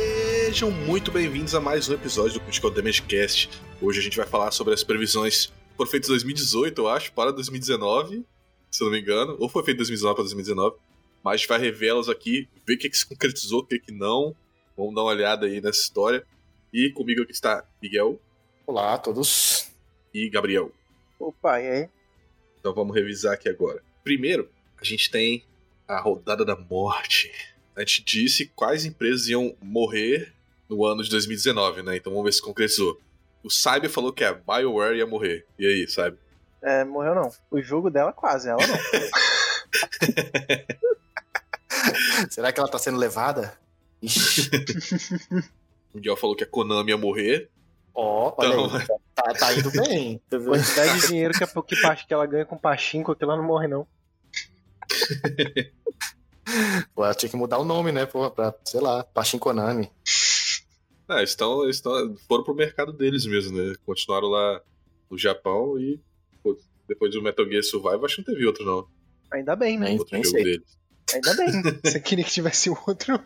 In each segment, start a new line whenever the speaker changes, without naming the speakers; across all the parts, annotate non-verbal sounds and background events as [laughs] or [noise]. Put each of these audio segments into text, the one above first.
Sejam muito bem-vindos a mais um episódio do Critical Damage Cast. Hoje a gente vai falar sobre as previsões por feito 2018, eu acho, para 2019, se eu não me engano, ou foi feito 2019 para 2019, mas a gente vai revê-las aqui, ver o que, que se concretizou, o que, que não. Vamos dar uma olhada aí nessa história. E comigo aqui está Miguel
Olá a todos.
e Gabriel.
Opa, e aí?
Então vamos revisar aqui agora. Primeiro, a gente tem a rodada da morte. A gente disse quais empresas iam morrer no ano de 2019, né? Então vamos ver se concretizou. O Cyber falou que a BioWare ia morrer. E aí, Cyber?
É, morreu não. O jogo dela quase, ela não.
Será que ela tá sendo levada? Ixi.
O Miguel falou que a Konami ia morrer.
Ó, olha
Então,
aí. Tá, tá indo bem.
[laughs]
Tá vendo?
Quantidade de dinheiro que, a, que, parte que ela ganha com pachinko, aquilo ela não morre não.
Pô, ela tinha que mudar o nome, né? Pô, pra, sei lá, Pachin Konami.
ah, eles, tão, eles tão- foram pro mercado deles mesmo, né? Continuaram lá no Japão e pô, depois do Metal Gear Survive, acho que não teve outro, não.
Ainda bem, né?
Nem-
outro
nem
jogo
sei.
deles.
Ainda bem. Você queria que tivesse um outro?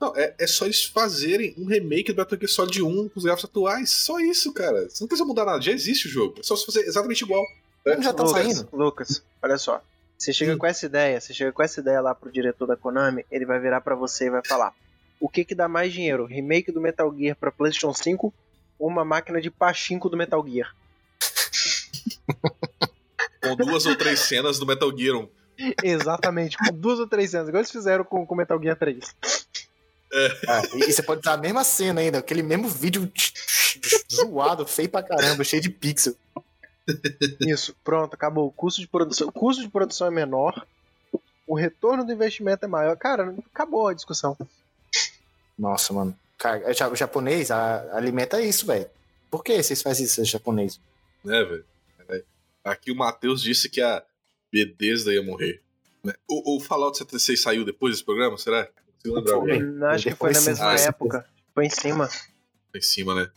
Não, é, é só eles fazerem um remake do Metal Gear Solid 1 com os gráficos atuais. Só isso, cara. Você não precisa mudar nada, já existe o jogo. É só se fazer exatamente igual.
Como [laughs] já tá
Lucas,
saindo?
Lucas, olha só. Você chega
Hum.
com essa ideia, você chega com essa ideia lá pro diretor da Konami, ele vai virar pra você e vai falar: "O que que dá mais dinheiro? Remake do Metal Gear pra PlayStation 5 ou uma máquina de pachinko do Metal Gear?"
Com duas ou três cenas do Metal Gear 1.
Exatamente, com duas ou três anos, igual eles fizeram com o Metal Gear 3.
Ah, e, e você pode usar a mesma cena ainda, aquele mesmo vídeo zoado, feio pra caramba, cheio de pixel.
Isso, pronto, acabou. O custo de produção, o custo de produção é menor, o retorno do investimento é maior. Cara, acabou a discussão.
Nossa, mano. Cara, é ja- o japonês a- alimenta isso, velho. Por que vocês fazem isso, japonês?
Né, velho? É. Aqui o Matheus disse que a Bethesda ia morrer. né? O, o Fallout 76 saiu depois desse programa, será? Não né, consigo lembrar
Foi.
agora.
Não, acho que foi na
Depois
mesma
sim.
época. Foi em cima.
Em cima, né?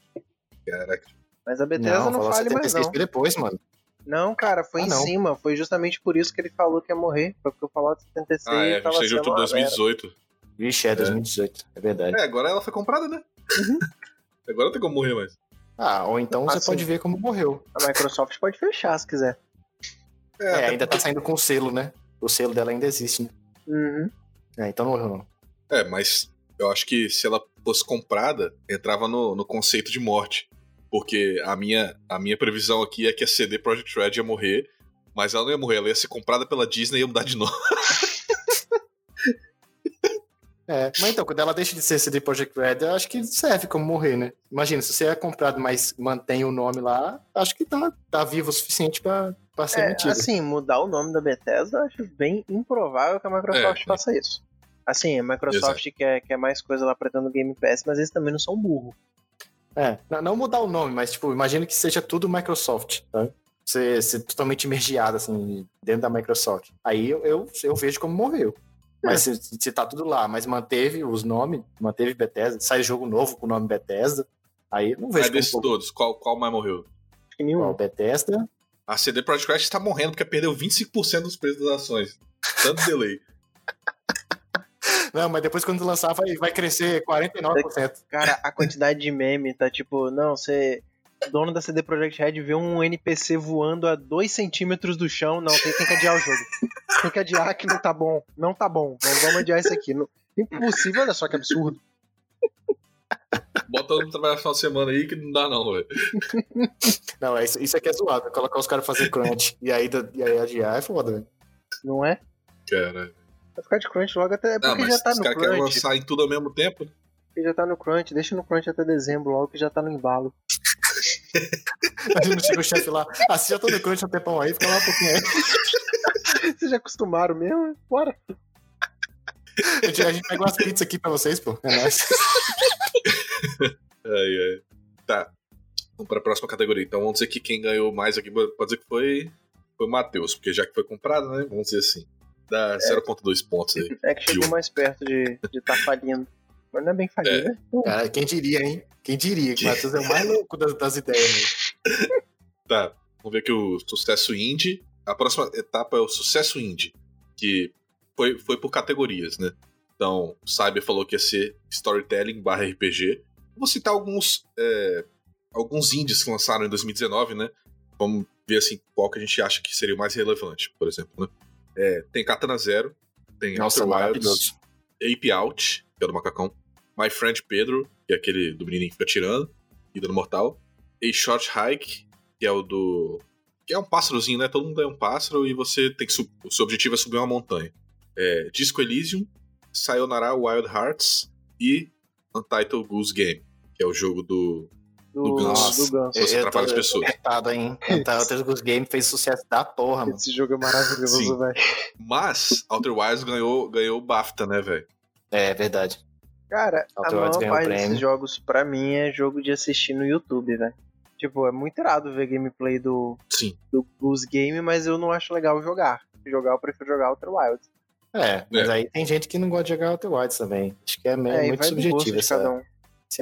Caraca.
Mas a Bethesda não,
Fallout
fale mais,
76
não.
foi depois, mano.
Não, cara, foi
Ah,
em
não.
cima. Foi justamente por isso que ele falou que ia morrer. Foi porque o Fallout 76
Ah, é, 26
tava
de
sendo
outubro de
uma merda.
2018.
Vixe, é 2018, é verdade.
É, agora ela foi comprada, né? agora não tem como morrer mais.
Ah, ou então
Ah,
você
sim.
pode ver como morreu.
A Microsoft pode fechar se quiser.
É, ainda tá saindo com o selo, né? O selo dela ainda existe, né?
Uhum.
É, então não morreu, não.
É, mas eu acho que se ela fosse comprada, entrava no, no conceito de morte. Porque a minha, a minha previsão aqui é que a CD Projekt Red ia morrer, mas ela não ia morrer, ela ia ser comprada pela Disney e ia mudar de nome.
É, mas então, quando ela deixa de ser CD Projekt Red, eu acho que serve como morrer, né? Imagina, se você é comprado, mas mantém o nome lá, acho que tá, tá vivo o suficiente pra, pra ser
É,
mantido.
assim, mudar o nome da Bethesda, eu acho bem improvável que a Microsoft
É, é.
faça isso. Assim, a Microsoft quer, quer mais coisa lá pra ter no Game Pass, mas eles também não são burros.
É, n- não mudar o nome, mas, tipo, imagina que seja tudo Microsoft, tá? Ser, ser totalmente mergeado, assim, dentro da Microsoft. Aí eu, eu, eu vejo como morreu. Mas
É.
se, se tá tudo lá, mas manteve os nomes, manteve Bethesda, sai jogo novo com o nome Bethesda, aí eu não
Mas
vejo
desses
como
todos, qual, qual mais morreu?
que nenhum.
Ó, Bethesda.
A CD Projekt Red tá morrendo porque perdeu 25% dos preços das ações. Tanto
[laughs]
delay.
Não, mas depois quando lançar vai, vai crescer 49%.
Cara, a quantidade de meme tá tipo, não, você. Dono da CD Projekt Red vê um NPC voando a 2 centímetros do chão. Não, tem, tem que adiar o jogo. Tem que adiar que não tá bom. Não tá bom. Não vamos adiar isso aqui. Não- impossível, olha só que absurdo.
Bota todo mundo trabalhar no final de semana aí que não dá, não, velho.
Não, é isso, isso aqui é zoado. é Colocar os caras pra fazer crunch e aí, da- e aí adiar é foda, velho.
Não é?
Cara.
Vai ficar de crunch logo até. É
Ah,
porque já
mas
tá
os
no
caras querem
crunch.
lançar em tudo ao mesmo tempo. né?
Porque já tá no crunch. Deixa no crunch até dezembro logo que já tá no embalo.
Aí não chega o chefe lá, assista todo o crunch um tempão aí, fica lá um pouquinho aí.
Vocês já acostumaram mesmo? Bora.
A gente- A gente pega umas pizzas aqui pra vocês, pô. É nóis.
Ai, ai. Tá. Vamos pra próxima categoria. Então vamos dizer que quem ganhou mais aqui pode dizer que foi, foi o Matheus, porque já que foi comprado, né? Vamos dizer assim. Dá 0.2 pontos aí.
É que chegou
Viu?
mais perto de de tá falhando. Mas não é bem falindo, né?
Cara, quem diria, hein? Quem diria que o Matheus é o mais louco das, das ideias, né?
Tá, vamos ver aqui o sucesso indie. A próxima etapa é o sucesso indie, que foi, foi por categorias, né? Então, o Cyber falou que ia ser storytelling barra RPG. Vou citar alguns, é, alguns indies que lançaram em 2019, né? Vamos ver assim qual que a gente acha que seria o mais relevante, por exemplo. Né? É, tem Katana Zero, tem
[laughs] Nossa,
Outer Wilds,
maravilhoso.
Ape Out, que é o do macacão, My Friend Pedro, que é aquele do menininho que fica tirando e dando mortal, A Short Hike, que é o do... que é um pássarozinho, né? Todo mundo é um pássaro e você tem que... sub- o seu objetivo é subir uma montanha. É, Disco Elysium, Sayonara Wild Hearts e Untitled Goose Game, que é o jogo do...
Do,
Do
Ganso.
do Ganso.
É, Você
Eu- eu
atrapalha
tô-
as pessoas.
Eu tô irritado, hein? Então, o Tetris Game fez sucesso da porra, mano.
Esse jogo é maravilhoso,
Sim.
velho.
Mas Outer Wilds ganhou, ganhou o BAFTA, né, velho?
É, verdade.
Cara, a
Outer Wilds
maior
ganhou o
parte
um prêmio.
desses jogos, pra mim, é jogo de assistir no YouTube, velho. Tipo, é muito irado ver gameplay do,
Sim.
do Goose Game, mas eu não acho legal jogar. Jogar, eu prefiro jogar Outer Wilds.
É, mas aí tem gente que não gosta de jogar Outer Wilds também. Acho que é, meio,
e
muito
vai do gosto
subjetivo
de cada
essa,
um.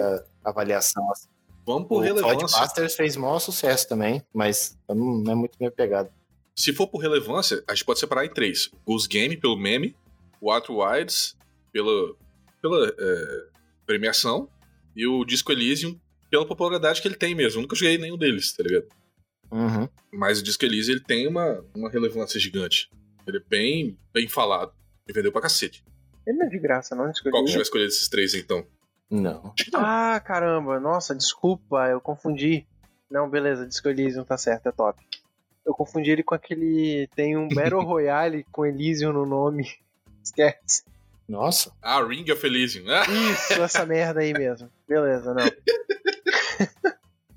essa avaliação. assim.
Vamos por
O
relevância.
Masters fez maior sucesso também, mas eu não, não é muito minha pegada.
Se for por relevância, a gente pode separar em três: Goose Game, pelo meme, o Outer Wilds, pela, pela é, premiação, e o Disco Elysium, pela popularidade que ele tem mesmo. Eu nunca joguei nenhum deles, tá ligado?
Uhum.
Mas o Disco Elysium ele tem uma, uma relevância gigante. Ele é bem, bem falado. E vendeu pra cacete.
Ele não é de graça, não, desculpa.
Qual que a gente vai escolher desses três, então?
Não.
Acho que não.
Ah, caramba, nossa, desculpa, eu confundi. Não, beleza, Disco Elysium tá certo, é top. Eu confundi ele com aquele. Tem
[laughs]
um Battle Royale com Elysium no nome. [laughs] Esquece.
Nossa.
Ah, Ring of Elysium. Ah,
Isso, essa merda aí mesmo. Beleza, não.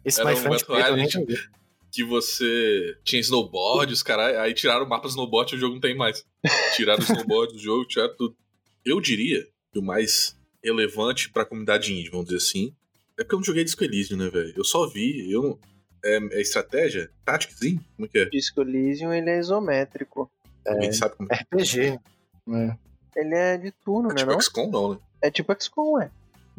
Esse
Era
My
um
Friend
Battle
Pedro eu nem
Island.
joguei.
que você tinha snowboard, os caras. Aí tiraram o mapa do snowboard e o jogo não tem mais. Tiraram o snowboard do jogo, tiraram tudo. Eu diria que o mais relevante pra comunidade indie, vamos dizer assim, é porque eu não joguei Disco Elysium, né, velho? Eu só vi, eu não. É, é estratégia? Táticazinho? Como é que é?
Disco Elysium, ele é isométrico.
Ninguém sabe como é.
RPG. né?
Ele é de turno,
É
né?
tipo
Não?
XCOM, não, né?
É tipo XCOM, é.
Não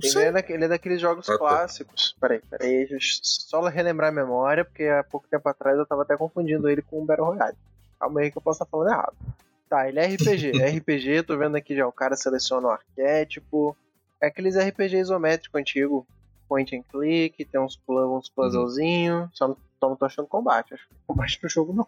Ele
sei.
é, daque- ele é daqueles jogos
Ah, tá.
clássicos. Peraí, peraí. deixa eu Só relembrar a memória, porque há pouco tempo atrás eu tava até confundindo ele com o Battle Royale. Calma aí que eu posso estar falando errado. Tá, ele
[laughs]
é RPG. RPG, tô vendo aqui já. O cara seleciona o arquétipo. É aqueles RPG isométrico antigo. Point and click, tem uns, plu- uns puzzlezinhos. Só não, só não tô achando combate. Acho que combate no jogo não.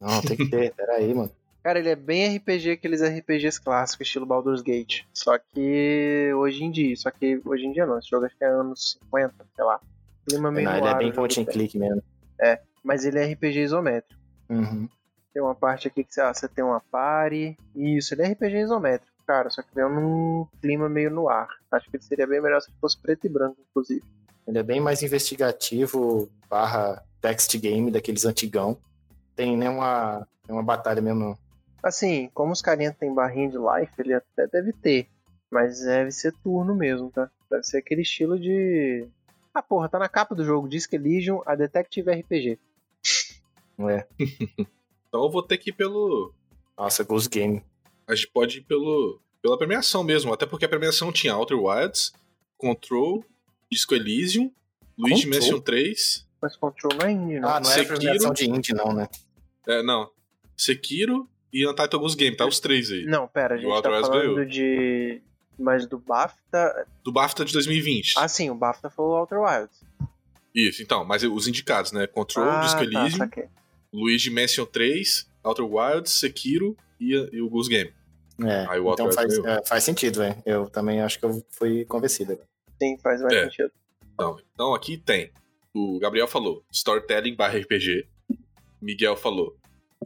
Não, tem que ter. Peraí, mano.
Cara, ele é bem RPG, aqueles RPGs clássicos, estilo Baldur's Gate. Só que hoje em dia, só que hoje em dia não, esse jogo acho que é anos 50, sei lá. Clima meio
Não, ele é
noir, o
bem
jogo
point and
tem.
click mesmo.
Mas ele é RPG isométrico.
Uhum.
Tem uma parte aqui que sei lá, você tem uma party. Isso, ele é RPG isométrico, cara, só que vem num clima meio no ar. Acho que seria bem melhor se fosse preto e branco, inclusive.
Ele é bem mais investigativo barra text game daqueles antigão. Tem nem uma, tem uma batalha mesmo.
Assim, como os carinha tem barrinha de life, ele até deve ter. Mas deve ser turno mesmo, tá? Deve ser aquele estilo de. Ah, porra, tá na capa do jogo. Diz que Legion, a Detective RPG.
Não é?
Então eu vou ter que ir pelo.
Nossa, Ghost Game.
A gente pode ir pelo, pela premiação mesmo. Até porque a premiação tinha Outer Wilds, Control, Disco Elysium, Luigi
Control?
Mansion 3.
Mas Control não é indie, não.
Ah, não é
Sekiro.
premiação de indie, não, né?
É, não. Sekiro e Untitled Goose Game, tá? Os três aí.
Não, pera, a
E o
gente
Outer
tá
Wilds
falando
ganhou.
de. Mas do BAFTA.
Do BAFTA de 2020.
Ah, sim, o BAFTA foi o Outer Wilds.
Isso, então. Mas os indicados, né? Control,
ah,
Disco
tá,
Elysium,
saquei.
Luigi Mansion 3, Outer Wilds, Sekiro e, e o Goose Game.
É,
Aí o
então
Outrider
faz,
ganhou.
é, faz sentido, velho. Eu também acho que eu fui convencido. agora.
Sim, faz mais
É.
sentido.
Então, então aqui tem. O Gabriel falou Storytelling barra RPG. Miguel falou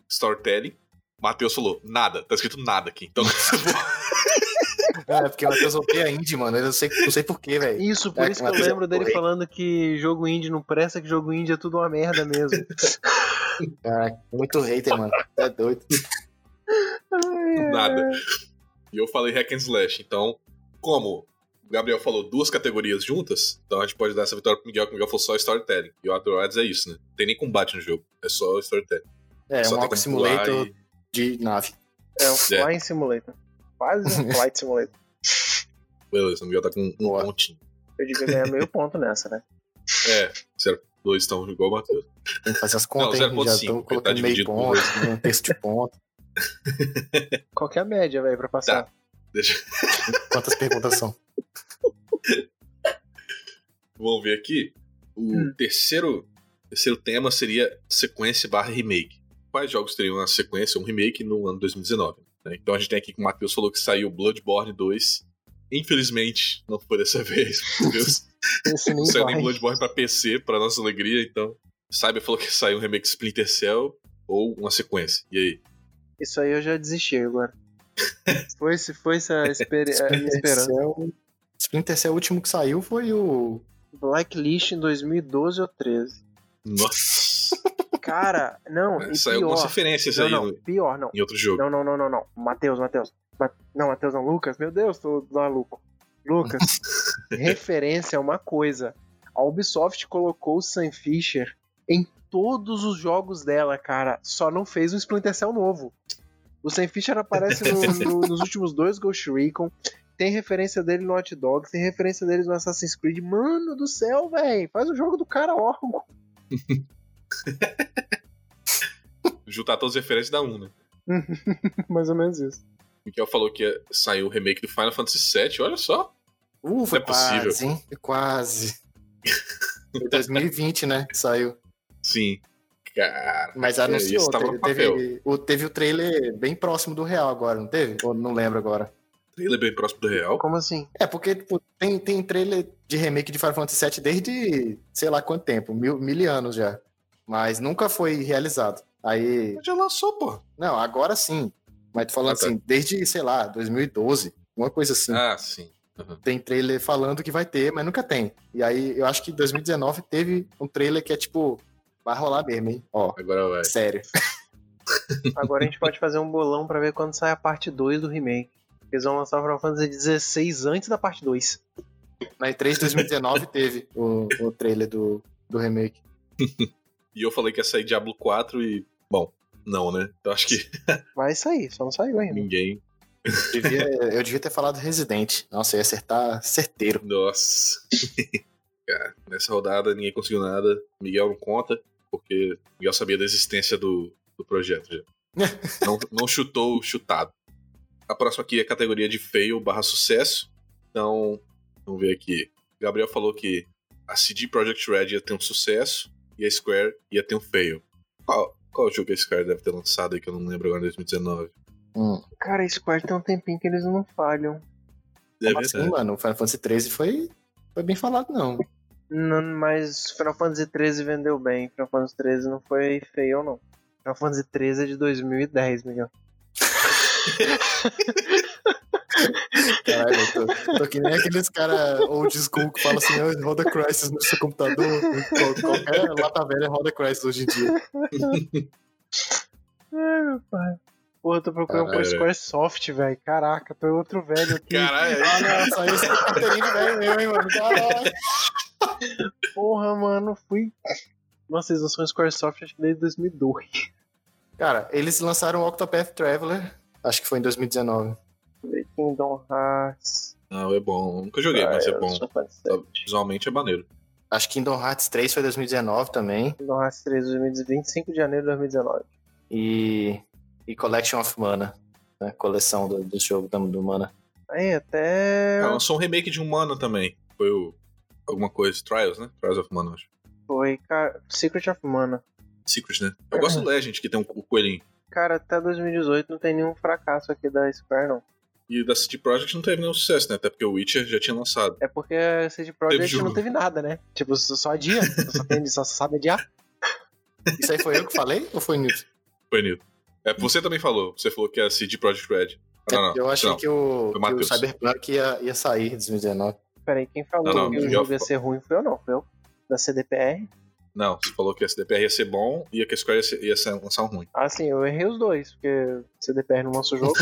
Storytelling. Matheus falou nada. Tá escrito nada aqui. Então,
É, porque o Matheus odeia indie, mano. Eu não sei, não sei porquê, velho.
Isso, por
É,
isso que eu
mas-
lembro dele
Oi.
falando que jogo indie não presta, que jogo indie é tudo uma
[laughs]
merda mesmo.
Caraca, muito hater, mano. É doido.
É.
nada. E eu falei hack and slash. Então, como o Gabriel falou duas categorias juntas, então a gente pode dar essa vitória pro Miguel, que o Miguel falou só storytelling. E o Outer Wilds é isso, né? Não tem nem combate no jogo, é só storytelling.
É,
só
um
tem
Walk
que pular
Simulator
e-
de nave.
É um Flying Simulator. Quase
[laughs]
um Flight Simulator.
Beleza, o Miguel tá com um
Boa.
pontinho.
Eu devia ganhar meio ponto nessa, né?
É, 0.2 estão igual o Matheus.
Tem que fazer as contas,
Não,
hein? Já
0,5, porque
tô
tá
colocando meio né?
dividido por
ponto, um terço de ponto.
Qual que é a média, velho, pra passar?
Deixa-
Quantas perguntas são?
Vamos ver aqui. O
Hum.
terceiro, terceiro tema seria sequência barra remake. Quais jogos teriam na sequência um remake no ano 2019? né? Então a gente tem aqui que o Matheus falou que saiu Bloodborne 2. Infelizmente, não foi dessa [laughs] vez. Meu Deus.
Esse nem
Não saiu nem
vai.
Bloodborne pra PC, pra nossa alegria, então. Cyber falou que saiu um remake de Splinter Cell ou uma sequência. E aí?
Isso aí eu já desisti [laughs] agora. Foi, se foi essa esperi- a minha esperança.
Cell. Splinter Cell, o último que saiu foi o.
Blacklist em 2012 ou 13. [laughs]
Nossa! né?
Cara, não, e
saiu
pior.
algumas referências
não,
aí
não,
no-
pior não.
em outro jogo.
Não, não, não, não, não. Matheus, Matheus. Ma- Não, Matheus não, Lucas. Meu Deus, tô maluco. Lucas, referência é uma coisa. A Ubisoft colocou o Sam Fisher em todos os jogos dela, cara. Só não fez um Splinter Cell novo. O Sam Fisher aparece no- no- nos últimos dois Ghost Recon. Tem referência dele no Hot Dogs, tem referência dele no Assassin's Creed. Mano do céu, velho. Faz o jogo do cara logo.
Juntar todas as referências dá um, né?
[laughs] Mais ou menos isso.
Miguel falou que ia- saiu o remake do Final Fantasy VII, olha só.
Uh, foi
Não é
quase,
possível.
hein? Foi quase. Foi 2020, né? que Saiu.
Sim. Cara.
Mas
É, isso
anunciou.
tava
Teve,
no papel.
teve, o, teve o trailer bem próximo do real agora, não teve? Ou não lembro agora.
Ele é bem próximo do real.
Como assim?
É, porque tipo, tem, tem trailer de remake de Final Fantasy VII desde sei lá quanto tempo, mil, mil anos já. Mas nunca foi realizado. Aí.
Já lançou, pô.
Não, agora sim. Mas tô falando
Ah, tá.
assim, desde, sei lá, 2012, uma coisa assim.
Ah, sim. Aham.
tem trailer falando que vai ter, mas nunca tem. E aí, eu acho que 2019 teve um trailer que é tipo, vai rolar mesmo, hein? Ó,
Agora vai.
sério. [laughs]
Agora a gente pode fazer um bolão pra ver quando sai a parte 2 do remake. Eles vão lançar o Final Fantasy XVI antes da parte 2.
Na E3 de 2019 teve o, o trailer do, do remake.
E eu falei que ia sair Diablo 4 e. Bom, não, né? Então acho que
Vai sair, só não saiu ainda.
ninguém.
Devia- eu devia ter falado Resident. Nossa, eu ia acertar certeiro.
Nossa. [laughs] Cara, nessa rodada ninguém conseguiu nada. Miguel não conta, porque Miguel sabia da existência do, do projeto já. não, não chutou o chutado. A próxima aqui é a categoria de fail barra sucesso. Então, vamos ver aqui. Gabriel falou que a CD Projekt Red ia ter um sucesso e a Square ia ter um fail. Qual, qual jogo que a Square deve ter lançado aí que eu não lembro agora, em 2019?
Hum.
Cara, a Square tem um tempinho que eles não falham.
É
Como assim,
verdade.
mano, o Final Fantasy 13 foi, foi bem falado, não.
Não, mas Final Fantasy XIII vendeu bem. Final Fantasy XIII não foi feio, não. Final Fantasy XIII é de 2010, Miguel.
Caralho, eu tô, tô que nem aqueles caras old school que falam assim, "Ah, roda Crisis no seu computador. Qual- Qualquer lata velha roda Crisis hoje em dia.
Ai, É, meu pai. Porra, eu tô procurando por
Caralho.
Squaresoft, velho. Caraca, tô outro velho aqui.
Caralho, é
Ah, não, saiu esse carteirinho velho meu, hein, mano. Caralho.
Porra, mano, fui. Nossa, eles não são Squaresoft acho que desde 2002.
Cara, eles lançaram o Octopath Traveler, acho que foi em 2019.
Kingdom Hearts.
Não, é bom. Nunca joguei, mas é
Ah, eu
bom.
sou paciente.
Visualmente é maneiro.
Acho que Kingdom Hearts 3 foi em 2019 também.
Kingdom Hearts 3 2020, 25 de janeiro de 2019.
E, e Collection of Mana, né? Coleção do, do jogo do, do Mana.
Aí até.
É.
Ah, lançou um remake de um Mana também. Foi o. Alguma coisa. Trials, né? Trials of Mana, acho.
Foi, cara. Secret of Mana.
Secret, né? Eu
É.
gosto do Legend, que tem um co- coelhinho.
Cara, até 2018 não tem nenhum fracasso aqui da Square, não.
E da City Project não teve nenhum sucesso, né? Até porque o Witcher já tinha lançado.
É porque a CD Projekt
jogo.
não teve nada, né? Tipo, só só adia. só, tem, só sabe adiar.
Isso aí foi eu que falei ou foi o Nilton?
Foi Nito. É, você também falou. Você falou que é a City Project Red. Ah, Não, não.
É, eu achei
não.
que o,
foi o
que o
Matheus.
Cyberpunk ia, ia sair em 2019.
Pera aí, quem falou
Não, não,
que o
já
jogo ia
fa-
ser ruim foi eu, não. Foi eu. Da CDPR.
Não, você falou que a CDPR ia ser bom e que a Square ia, ser- ia ser- lançar um ruim.
Ah, sim, eu errei os dois, porque CDPR não lança
[laughs]
o jogo.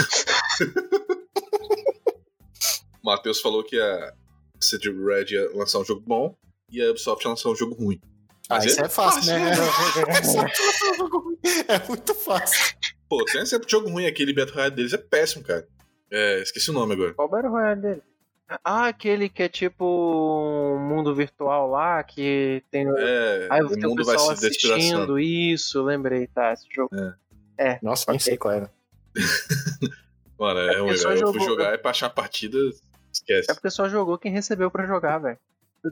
O Matheus falou que a City Red ia lançar um jogo bom e a Ubisoft ia lançar um jogo ruim.
Ah,
Mas
isso
é
é fácil, né? [laughs] É muito fácil.
Pô, tem exemplo de jogo ruim aqui. Ele Battle Royale deles é péssimo, cara. É, esqueci o nome agora.
Qual Battle Royale dele? Ah, aquele que é tipo um mundo virtual lá, que tem.
É,
Ah, eu vou
o
ter o
mundo vai
pessoal
se despedaçando.
assistindo isso, lembrei, tá? Esse jogo.
Nossa, nem sei qual era.
Mano, é,
É
ruim,
porque só
velho. Eu fui
jogou-
jogar, é pra achar a partida, esquece.
É porque só jogou quem recebeu pra jogar, velho.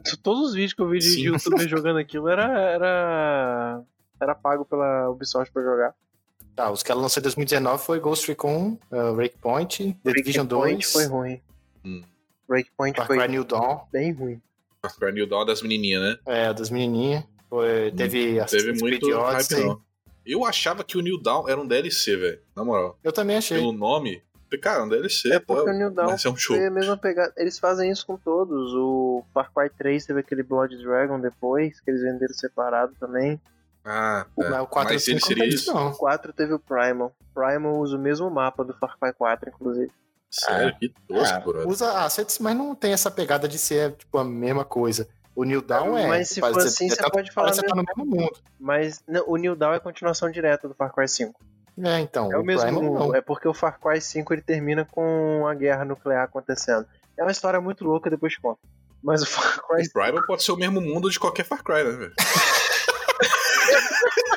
T- Todos os vídeos que eu vi de
Sim. [laughs]
youtuber jogando aquilo era, era. Era pago pela Ubisoft pra jogar.
Tá, os que ela lançou em 2019 foi Ghost Recon, uh, Breakpoint, The Division 2,
foi ruim.
Hum.
Breakpoint
Far
foi
Cry New Dawn,
bem ruim.
Far Cry New Dawn é das menininhas, né?
é, das menininhas. Foi, teve
Hum, Teve
Assassin's
muito
Creed
hype,
Odyssey.
não. Eu achava que o New Dawn era um DLC, velho. Na moral.
Eu também achei.
Pelo nome, falei, cara, um DLC, pô.
É Porque o New Dawn
Mas é um show.
foi a mesma pegada. Eles fazem isso com todos. O Far Cry 3 teve aquele Blood Dragon depois, que eles venderam separado também.
Ah, tá.
Mas o 4 e
Mas ele
5 não
seria
tem
isso?
isso, não.
O 4 teve o Primal. Primal usa o mesmo mapa do Far Cry 4, inclusive.
Sério, que
Ah,
tosco, brother.
usa assets, mas não tem essa pegada de ser tipo a mesma coisa. O New Dawn é.
Mas se
parece-
for assim,
é
você
tanto-
pode falar
Parece que tá no mesmo mundo.
Mas não, o New Dawn é a continuação direta do Far Cry 5.
É, então.
É o mesmo.
Primal não.
É porque o Far Cry 5 ele termina com a guerra nuclear acontecendo. É uma história muito louca, depois conta. Mas o [laughs] Far Cry.
O Primal pode ser o mesmo mundo de qualquer Far Cry, né,
[laughs]
velho?
[laughs]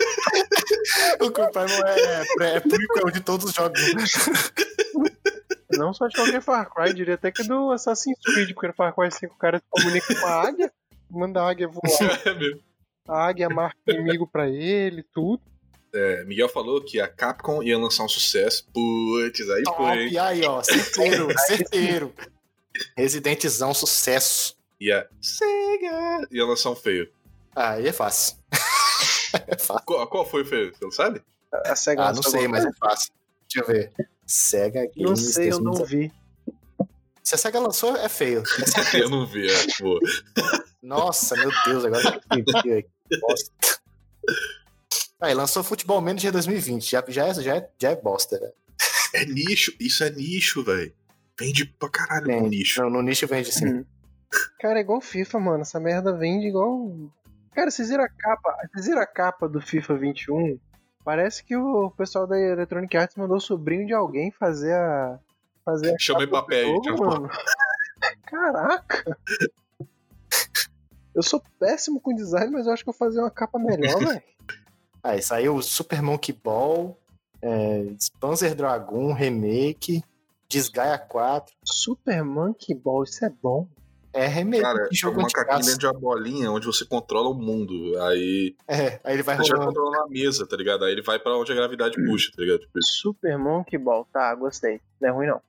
O que o Primal é, é, pré- é prequel de todos os jogos.
Não só de qualquer Far Cry, eu diria até que do Assassin's Creed, porque no Far Cry 5 o cara se comunica com a águia, manda a águia voar.
é mesmo.
A águia marca o inimigo pra ele, tudo.
É, Miguel falou que a Capcom ia lançar um sucesso. Putz, aí foi. hein?
Top, aí, ó.
[laughs]
Certeiro, certeiro. Residentzão, sucesso.
E a Sega ia lançar um feio.
Aí é fácil. é fácil.
Qual, qual foi o feio? Você não sabe?
A SEGA
Ah,
lançou
não sei,
alguma
mas é fácil. Deixa eu ver. Sega
coisa? Não
Games.
sei, eu não
2019.
vi.
Se a Sega lançou, é feio.
[laughs] Eu não vi, é, pô.
Nossa, meu Deus, agora que bosta. Aí lançou Futebol Manager 2020. Já, já, é, já, é, já é bosta, velho.
É nicho, isso é nicho, velho. Vende pra caralho
Vende.
no nicho.
No, no nicho vende assim.
Hum. Cara, é igual FIFA, mano. Essa merda vende igual. um- Cara, vocês viram a capa? Vocês viram a capa do FIFA 21? Parece que o pessoal da Electronic Arts mandou o sobrinho de alguém fazer a. Fazer a
Chama
capa
Mbappé aí,
do jogo,
chama.
mano. Caraca! Eu sou péssimo com design, mas eu acho que eu vou fazer uma capa melhor, velho.
Aí saiu Super Monkey Ball, é, Panzer Dragon Remake, Desgaia 4.
Superman, que bom, isso é bom.
É remake
Cara,
de
é um
jogo
macaquinho
antigaço.
dentro de uma bolinha onde você controla o mundo. Aí
É, aí ele vai
você vai
rolando.
controlando a mesa, tá ligado? Aí ele vai pra onde a gravidade
Hum.
puxa, tá ligado? Tipo isso.
Superman, que bom. Tá, gostei. Não é ruim, não.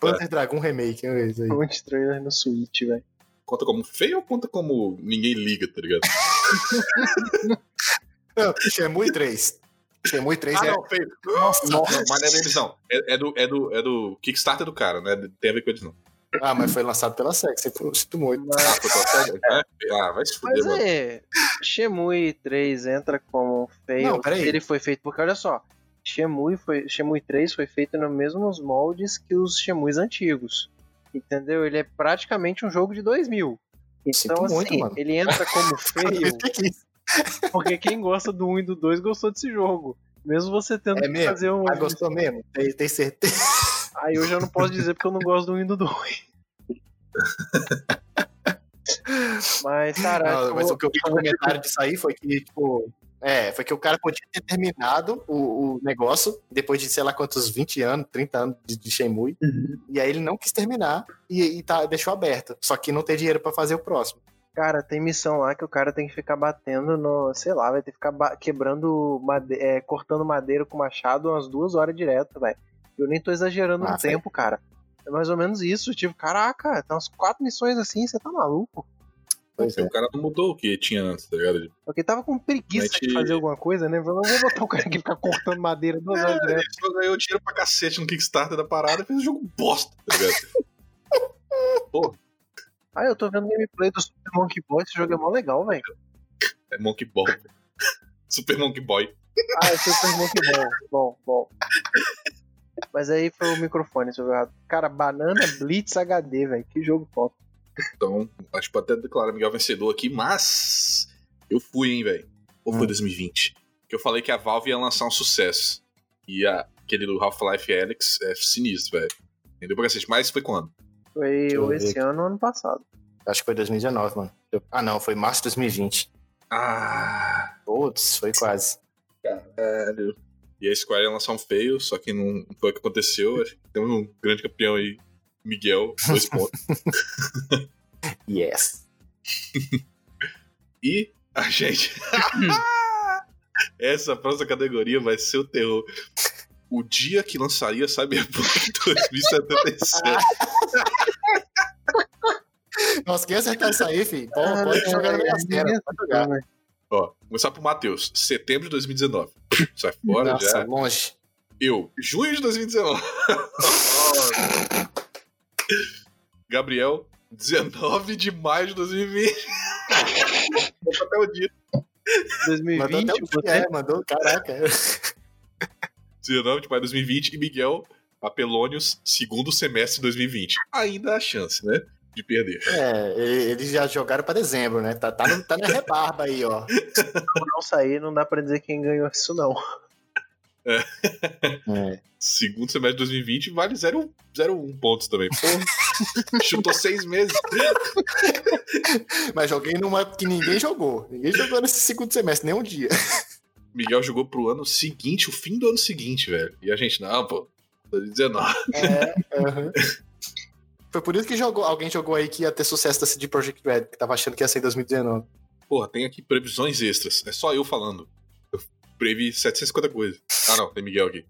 Panzer Dragon Remake. olha isso aí.
Muito trailer no Switch, velho.
Conta como feio ou conta como ninguém liga, tá ligado?
Não, Shenmue 3. Shenmue 3
Ah,
é...
não, feio.
Nossa.
Não, mas não é deles, não. É, é do, é, do, é do Kickstarter do cara, né? Tem a ver com eles, não.
Ah, mas foi lançado pela SEGA, você citou muito.
Ah, foi pra
[laughs]
série?
É.
Ah, feio. Ah, vai se fuder,
Mas
mano.
é, Shemui 3 entra como feio.
Não, peraí.
Ele foi feito, porque olha só, Shemui, foi, Shemui 3 foi feito nos mesmos moldes que os Shemuis antigos. Entendeu? Ele é praticamente um jogo de 2000. Então,
Sinto
assim,
muito, mano.
ele
[laughs]
entra como feio, porque quem gosta do 1 e do 2 gostou desse jogo. Mesmo você tendo
É
que
mesmo?
fazer um.
Ah, gostou mesmo? Tem, tem certeza?
Aí eu já não posso dizer porque eu não gosto do 1 e
[laughs]
do 2. Mas, cara, tipo,
Não, mas
como-
o que eu vi no comentário disso aí foi que, tipo. É, foi que o cara podia ter terminado o, o negócio depois de sei lá quantos 20 anos, 30 anos de, de Shenmue, e aí ele não quis terminar e, e tá, deixou aberto. Só que não tem dinheiro pra fazer o próximo.
Cara, tem missão lá que o cara tem que ficar batendo no. Sei lá, vai ter que ficar ba- quebrando. made- é, cortando madeira com machado umas duas horas direto, velho. Eu nem tô exagerando no
Ah, velho.
tempo, cara. É mais ou menos isso. Tipo, caraca, tá umas quatro missões assim, você tá maluco?
Pois é.
O cara não mudou o que tinha antes, tá ligado? Ele
Porque É tava com preguiça
Mas
de
que-
fazer alguma coisa, né? Falou, não vou botar o cara que ficar cortando madeira duas
[laughs]
horas
É.
direto.
só ganhou dinheiro pra cacete no Kickstarter da parada e fez um jogo bosta, tá ligado?
Ah, eu tô vendo gameplay do Super Monkey Boy, esse jogo é mó legal, velho.
É Monkey Ball. [laughs] Super Monkey Boy.
Ah, é Super Monkey Ball. Bom, bom. Mas aí foi o microfone, seu errado. Cara, Banana Blitz HD, velho. Que jogo top.
Então, acho que pode até declarar Miguel vencedor aqui, mas eu fui, hein, velho. Ou foi 2020? Que eu falei que a Valve ia lançar um sucesso. E a- aquele do Half-Life Alyx é sinistro, velho. Entendeu pra cacete? Mas foi quando?
Foi
Deixa eu
ou
ver
esse
aqui.
ano ou ano passado.
Acho que foi 2019, mano. Eu- Ah, não, foi março de 2020.
Ah.
Putz, foi quase.
Caralho. E a Square ia lançar um feio, só que não foi o que aconteceu. Acho que temos um grande campeão aí, Miguel, dois pontos.
Yes.
E a gente. [laughs] Essa próxima categoria vai ser o terror. O dia que lançaria Cyberpunk [laughs] 2077.
Nossa, quem acertar isso aí, filho? Pode, pode jogar na minha cena. Pode
[laughs]
jogar.
Ó, vou começar pro Matheus. Setembro de 2019. Sai fora
Nossa,
já.
longe.
Eu, junho de 2019. [laughs] Gabriel, 19 de maio de 2020. [laughs] Vou até o dia.
2020,
Mandou até o
você-
dia, é, mandou, caraca.
19 de maio de 2020. E Miguel, Apelônios, segundo semestre de 2020. Ainda há chance, né? De perder.
É, e- eles já jogaram pra dezembro, né? Tá, tá, no- tá na rebarba aí, ó.
quando não sair, não dá é pra dizer quem ganhou isso, não.
É.
Segundo semestre de 2020 vale 0,1 pontos também. Pô, [laughs] chutou seis meses.
Mas joguei numa que ninguém jogou. Ninguém jogou nesse segundo semestre, nem um dia.
Miguel jogou pro ano seguinte, o fim do ano seguinte, velho. E a gente, não, pô, 2019.
É, aham. Foi por isso que jogou, alguém jogou aí que ia ter sucesso da CD Projekt Red, que tava achando que ia ser em 2019.
Porra, tem aqui previsões extras. É só eu falando. Eu previ 750 coisas. Ah, não, tem Miguel aqui.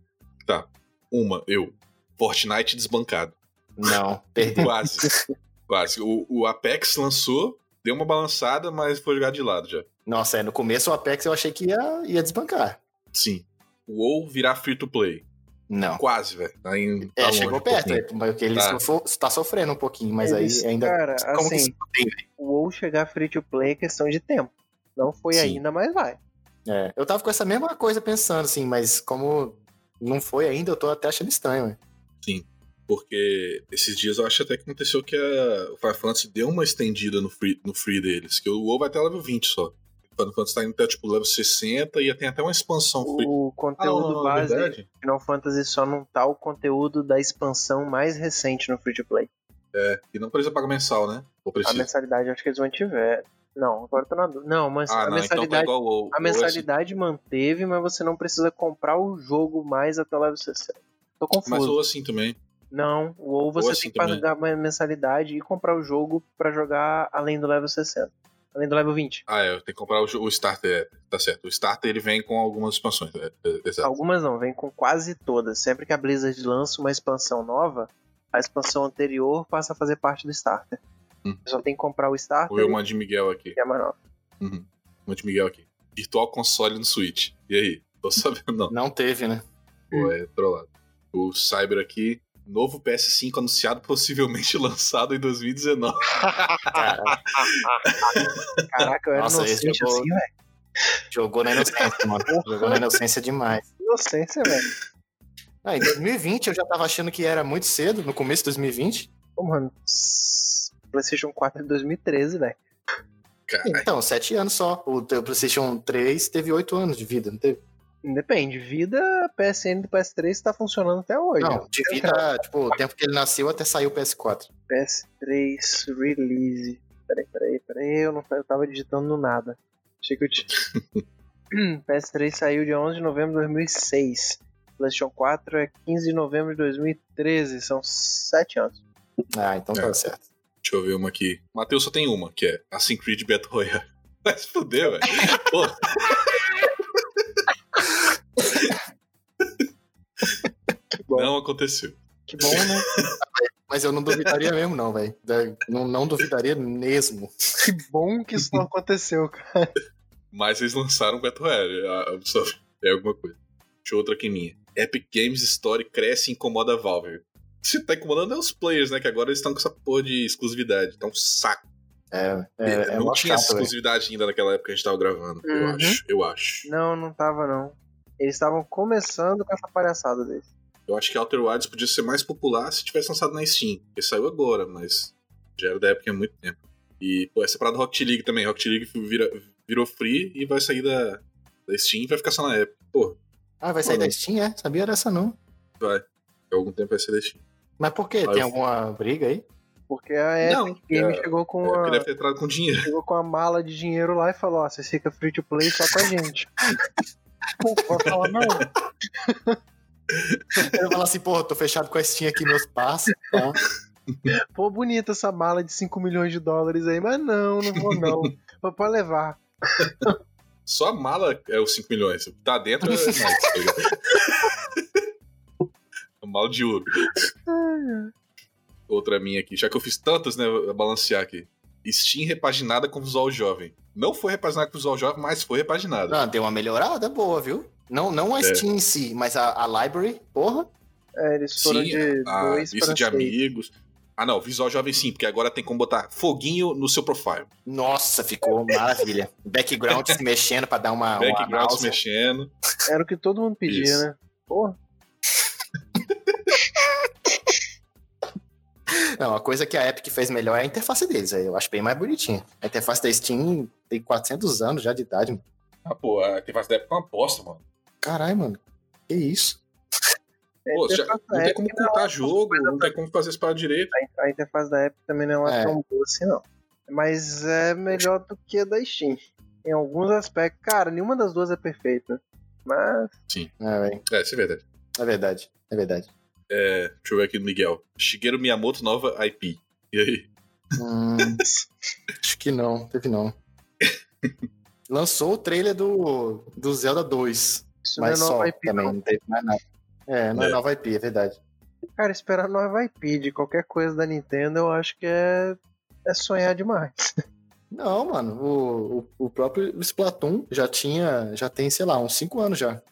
Tá. Uma, eu. Fortnite desbancado.
Não, perdeu.
Quase.
[laughs]
Quase. O, o Apex lançou, deu uma balançada, mas foi jogado de lado já.
Nossa, é, no começo o Apex eu achei que ia, ia desbancar.
Sim. O WoW virar free to play.
Não.
Quase, velho. Aí
É,
tá longe
chegou
um
perto,
pouquinho.
é, porque eles
Tá.
tá. tá sofrendo um pouquinho, mas
Eles-
aí ainda.
Cara,
Como que
assim,
se mantém, velho?
o WoW chegar free to play é questão de tempo. Não foi
Sim.
ainda, mas vai.
É, eu tava com essa mesma coisa pensando, assim, mas como não foi ainda, eu tô até achando estranho, velho.
Porque esses dias eu acho até que aconteceu que a, o Final Fantasy deu uma estendida no free, no free deles, que o WoW vai até level 20 só. O Final Fantasy tá indo até tipo level 60 e tem até uma expansão free. Ah,
O conteúdo
Ah,
base do Final Fantasy só não tá o conteúdo da expansão mais recente no free to play.
É, e não precisa pagar mensal, né? Ou
A
precisa?
mensalidade eu acho que eles mantiveram. Não, agora eu tô na dúvida. Não, mas
Ah,
a
não, então tá
mensalidade.
igual o WoW.
a
O WoW é assim.
mensalidade manteve, mas você não precisa comprar o jogo mais até o level 60. Tô
Mas o
confuso.
WoW assim também.
Não, o WoW você
assim
tem que
também.
pagar uma mensalidade e comprar o jogo pra jogar além do level 60. Além do level 20.
Ah, é, tem que comprar o, jo- o Starter, é, tá certo. O Starter ele vem com algumas expansões, é, é, exato.
Algumas não, vem com quase todas. Sempre que a Blizzard lança uma expansão nova, a expansão anterior passa a fazer parte do starter.
Hum.
Você só tem que comprar Ah, o starter
O eu mande Miguel aqui.
e
[laughs]
a manobra.
Uhum. Mande Miguel aqui. Virtual console no Switch. E aí? Tô sabendo, não.
Não teve, né?
Pô,
Hum.
é trollado. O Cyber aqui, novo PS5 anunciado, [laughs] possivelmente lançado em 2019.
Cara,
Caraca, eu era
Nossa, esse
inocente
é bom.
assim, velho.
jogou na inocência, mano. Jogou na inocência demais.
Inocência, velho.
Ah, em 2020 eu já tava achando que era muito cedo, no começo de 2020.
Pô, mano. [sniffs] tss, PlayStation é 4 de 2013, velho.
Caralho.
Então, sete anos só. O teu PlayStation 3 teve oito anos de vida, não teve?
Depende, vida PSN do PS3 tá funcionando até hoje.
Não,
né?
de vida, tipo, o tempo que ele nasceu até saiu o PS4.
PS3 release. Peraí, peraí, peraí, eu, não, eu tava digitando no nada. Achei que eu [laughs] tinha. PS3 saiu de 11 de novembro de 2006. PlayStation 4 é 15 de novembro de 2013, são 7 anos.
Ah, então
É.
tá certo.
Deixa eu ver uma aqui. Matheus só tem uma, que é Assassin's Creed Battle Royale. [laughs] Vai se fuder, velho. Pô.
[laughs] bom.
Não aconteceu.
Que bom, né?
Mas eu não duvidaria mesmo, não, velho. Da- Não, não duvidaria mesmo.
[laughs] que bom que isso [laughs] não aconteceu, cara.
Mas eles lançaram Battle Royale. a- a Ubisoft. É alguma coisa. Deixa eu outra aqui minha. Epic Games Story cresce e incomoda a Valve. Se tá incomodando é os players, né? Que agora eles estão com essa porra de exclusividade. Tá um saco.
É, é, é
não
mó
tinha essa
chato, velho.
exclusividade ainda naquela época que a gente tava gravando, eu
Uhum.
acho. Eu acho.
Não, não tava não. Eles estavam começando com essa palhaçada deles.
Eu acho que Outer Wilds podia ser mais popular se tivesse lançado na Steam. Porque saiu agora, mas já era da época há muito tempo. E, pô, essa parada do Rocket League também. Rocket League vira- virou free e vai sair da, da Steam e vai ficar só na Epic. Pô,
Ah, vai sair da Steam, é? Sabia dessa, não.
por algum tempo vai ser da Steam.
Mas por quê?
Ah,
Tem
eu-
alguma
[laughs]
briga aí?
Porque a Epic
Não,
Game
é-
chegou com
É, porque
uma.
deve ter entrado com dinheiro. [laughs]
Chegou com a mala de dinheiro lá e falou: Ó, vocês ficam free to play só com a gente. Pô, Vai falar, não,
Eu falo assim, porra, tô fechado com a Steam aqui meus passos, tá?
pô, bonita essa mala de 5 milhões de dólares aí, mas não, não
[laughs]
vou não. Pô, Pode levar.
Só a mala é os 5 milhões. O que tá dentro
[laughs]
é mais. tá ligado? A mala de ouro. Outra minha aqui. Já que eu fiz tantas, né? vou Balancear aqui. Steam repaginada com visual jovem. Não foi repaginada com visual jovem, mas foi repaginada.
Não, deu uma melhorada boa, viu? Não, não a
É.
Steam em si, mas a, a Library, porra.
É, eles foram
Sim,
de
a
2
lista
para
de
6.
amigos. Ah, não. Visual jovem sim, porque agora tem como botar foguinho no seu profile.
Nossa, ficou maravilha. Background se mexendo pra dar
Ah,
uma. uma
Background se
náusea.
mexendo.
Era o que todo mundo pedia,
Isso.
né? Porra,
Não, a coisa que a Epic fez melhor é a interface deles, aí eu acho bem mais bonitinha. A interface da Steam tem 400 anos já de idade, mano.
Ah, pô, a interface da época é uma bosta, mano.
Caralho, mano. Que isso?
a
Pô, já-
interface da
não tem
Epic
como
não é
contar
uma
jogo,
coisa
não tem como fazer as paradas direito.
a interface da Epic também não é,
É.
tão boa assim, não. Mas é melhor do que a da Steam. Em alguns aspectos, cara, nenhuma das duas é perfeita. Mas
É, velho.
É, isso é verdade.
É verdade. É verdade.
É, deixa eu ver aqui no Miguel. Shigeru Miyamoto, nova IP. E aí?
Hum,
[laughs]
acho que não, teve não. Lançou o trailer do, do Zelda 2,
isso
mas
não é
só
nova IP,
também,
não.
não teve mais nada. É, não é,
É.
nova IP, é verdade.
Cara, esperar nova IP de qualquer coisa da Nintendo, eu acho que é, é sonhar demais.
Não, mano, o, o, o próprio Splatoon já tinha, já tem, sei lá, uns 5 anos já.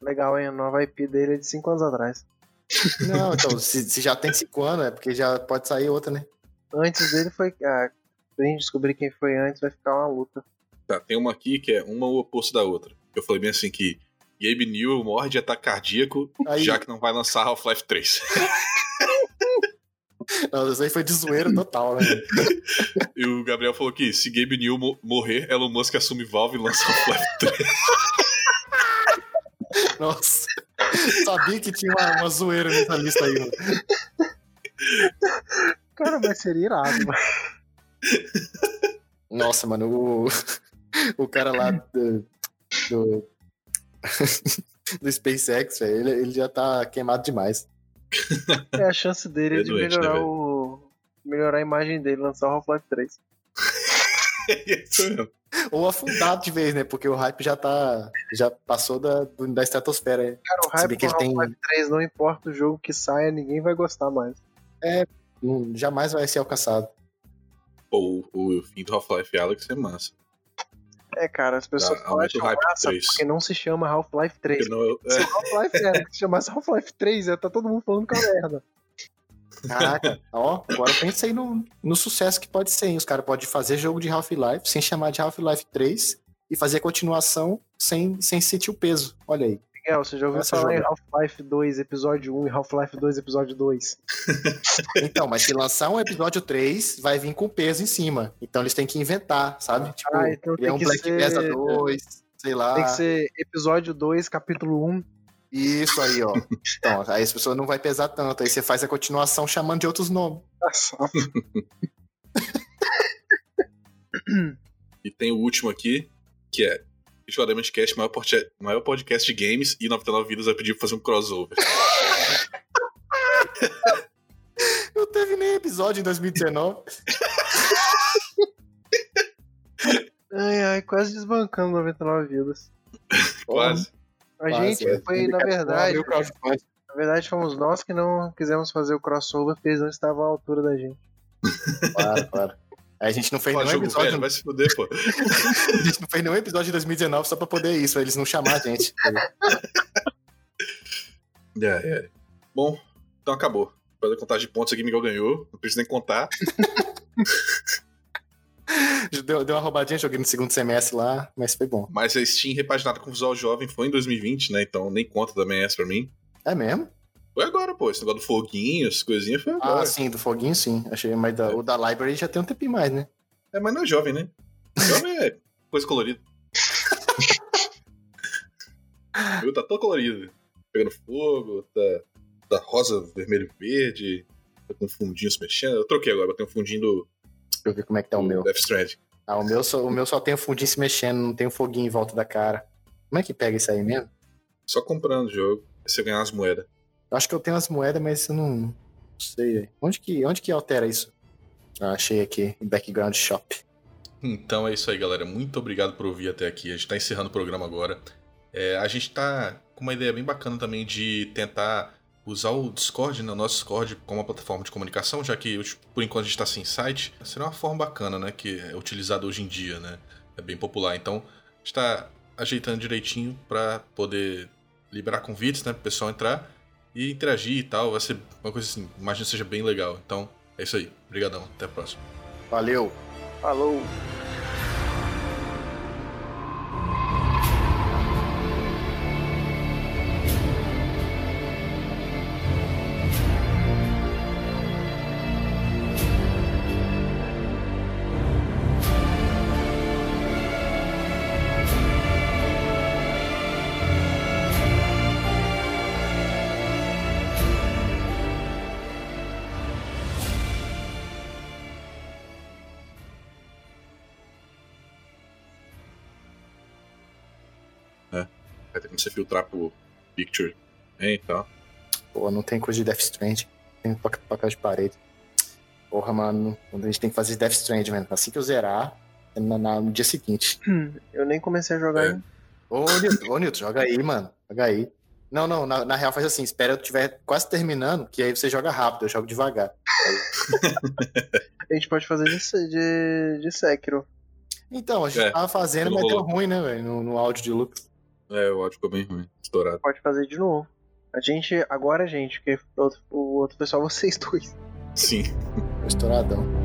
Legal, hein? A nova IP dele é de 5 anos atrás.
Não, [laughs] então, se, se já tem 5 anos, é porque já pode sair outra, né?
Antes dele foi. Ah, se a gente descobrir quem foi antes, vai ficar uma luta.
Tá, tem uma aqui que é uma o oposto da outra. Eu falei bem assim que Gabe Newell morre de ataque cardíaco,
Aí,
já que não vai lançar Half-Life 3.
não, isso aí foi de zoeira total, né?
[laughs] e o Gabriel falou que se Gabe Newell mo- morrer, Elon Musk assume Valve e lança Half-Life 3.
Nossa, sabia que tinha uma, uma zoeira nessa lista aí, mano.
Cara, vai ser irado, mano.
Nossa, mano, o, o cara lá do, do, [laughs] do SpaceX, velho, ele, ele já tá queimado demais.
[laughs] É a chance dele
É
de
doente, né,
melhorar
velho?
o. Melhorar a imagem dele, lançar o Half-Life 3.
É isso mesmo.
Ou afundado de vez, né? Porque o hype já tá. Já passou da, do- da estratosfera. né?
Cara, o
Se
hype
bem
do
que ele tem.
Half-Life 3, não importa o jogo que saia, ninguém vai gostar mais.
não- jamais vai ser alcançado.
Pô, o, o fim do Half-Life Alex é massa.
É, cara, as pessoas
Tá,
falam
aumenta o hype do
massa
3.
porque não se chama Half-Life 3.
Porque não é-
Se o Half-Life era, se chamasse Half-Life 3, ia tá todo mundo falando que é uma merda. [laughs]
Caraca, ó, agora pensa aí no, no sucesso que pode ser, hein? Os caras podem fazer jogo de Half-Life sem chamar de Half-Life 3 e fazer continuação sem, sem sentir o peso. Olha aí.
Miguel, você já ouviu
Nossa,
falar em
jogo.
Half-Life 2, episódio 1 e Half-Life 2, episódio 2?
Então, mas se lançar um episódio 3, vai vir com peso em cima. Então eles têm que inventar, sabe? Tipo,
Ah, então
criar
tem
um
que
Black
ser-
Mesa 2, sei lá.
Tem que ser episódio 2, capítulo 1.
Isso aí, ó. Então, aí as pessoas não vai pesar tanto. Aí você faz a continuação chamando de outros nomes.
Tá só.
E tem o último aqui, que é Jogadamente Cast, maior, porte- maior podcast de games e 99 Vidas vai pedir pra fazer um crossover.
Não teve nem episódio em 2019.
Ai, ai, quase desbancando 99 vidas.
Quase.
A
Quase,
gente
é.
foi, na
Obrigado por
verdade,
abrir o crowdfunding.
na verdade fomos nós que não quisemos fazer o crossover porque eles não estavam à altura da gente.
Claro, claro. Aí a gente não fez
Pô,
nenhum
jogo
um episódio.
velho, vai se fuder, pô.
[laughs] A gente não fez nenhum episódio de 2019 só pra poder isso, pra eles não chamar a gente.
É, é. Bom, então acabou. Fazer a contagem de pontos aqui, Miguel ganhou. Não preciso nem contar.
Deu, deu uma roubadinha, joguei no segundo semestre lá, mas foi bom.
Mas a Steam repaginada com visual jovem foi em 2020, né? Então nem conta também essa pra mim.
É mesmo?
Foi agora, pô. Esse negócio do foguinho, essas coisinhas, foi
Ah,
agora.
sim, do Foguinho sim. Achei, mas da- o da Library já tem um tempinho mais, né?
É, mas não é jovem, né? Jovem é coisa
[laughs]
colorida. Viu? Tá todo colorido. Pegando fogo, tá, tá rosa, vermelho e verde. Tá com fundinhos mexendo. Eu troquei agora, eu tenho um fundinho do,
Deixa eu ver como é que tá o
do
meu.
Death Stranding.
Ah, o meu só, o meu só tem o fundinho se mexendo, não tem o foguinho em volta da cara. Como é que pega isso aí mesmo?
Só comprando o jogo, você ganhar as moedas.
Eu acho que eu tenho as moedas, mas eu não, não sei, velho. Onde que, onde que altera isso? Ah, achei aqui, em Background Shop.
Então é isso aí, galera. Muito obrigado por ouvir até aqui. A gente tá encerrando o programa agora. É, a gente tá com uma ideia bem bacana também de tentar usar o Discord, né, o nosso Discord, como uma plataforma de comunicação, já que hoje, por enquanto a gente está sem site. Será uma forma bacana, né? Que é utilizada hoje em dia, né? É bem popular. Então, a gente tá ajeitando direitinho para poder liberar convites, né? Pro pessoal entrar e interagir e tal. Vai ser uma coisa assim, imagino que seja bem legal. Então, é isso aí. Obrigadão. Até a próxima.
Valeu!
Falou.
Vai ter como você filtrar pro Picture. Então,
Pô, não tem coisa de Death Strand. Tem toca- papel de parede. Porra, mano. A gente tem que fazer Death Strand, mano. Assim que eu zerar, é na- na- no dia seguinte.
Eu nem comecei a jogar
É.
ainda.
Ô, Nilton, ô, Nilton, joga aí, mano. Joga aí. Não, não, na, na real faz assim, espera eu tiver quase terminando, que aí você joga rápido, eu jogo devagar.
A gente pode fazer de, de, de Sekiro.
Então, a gente
É,
tava fazendo,
não
mas deu
rolou.
ruim, né, velho, no, no áudio de Lucas.
é, o áudio ficou bem ruim, estourado.
Pode fazer de novo. A [laughs] gente, agora a gente, porque o outro, o outro pessoal, vocês dois.
Sim.
Estouradão.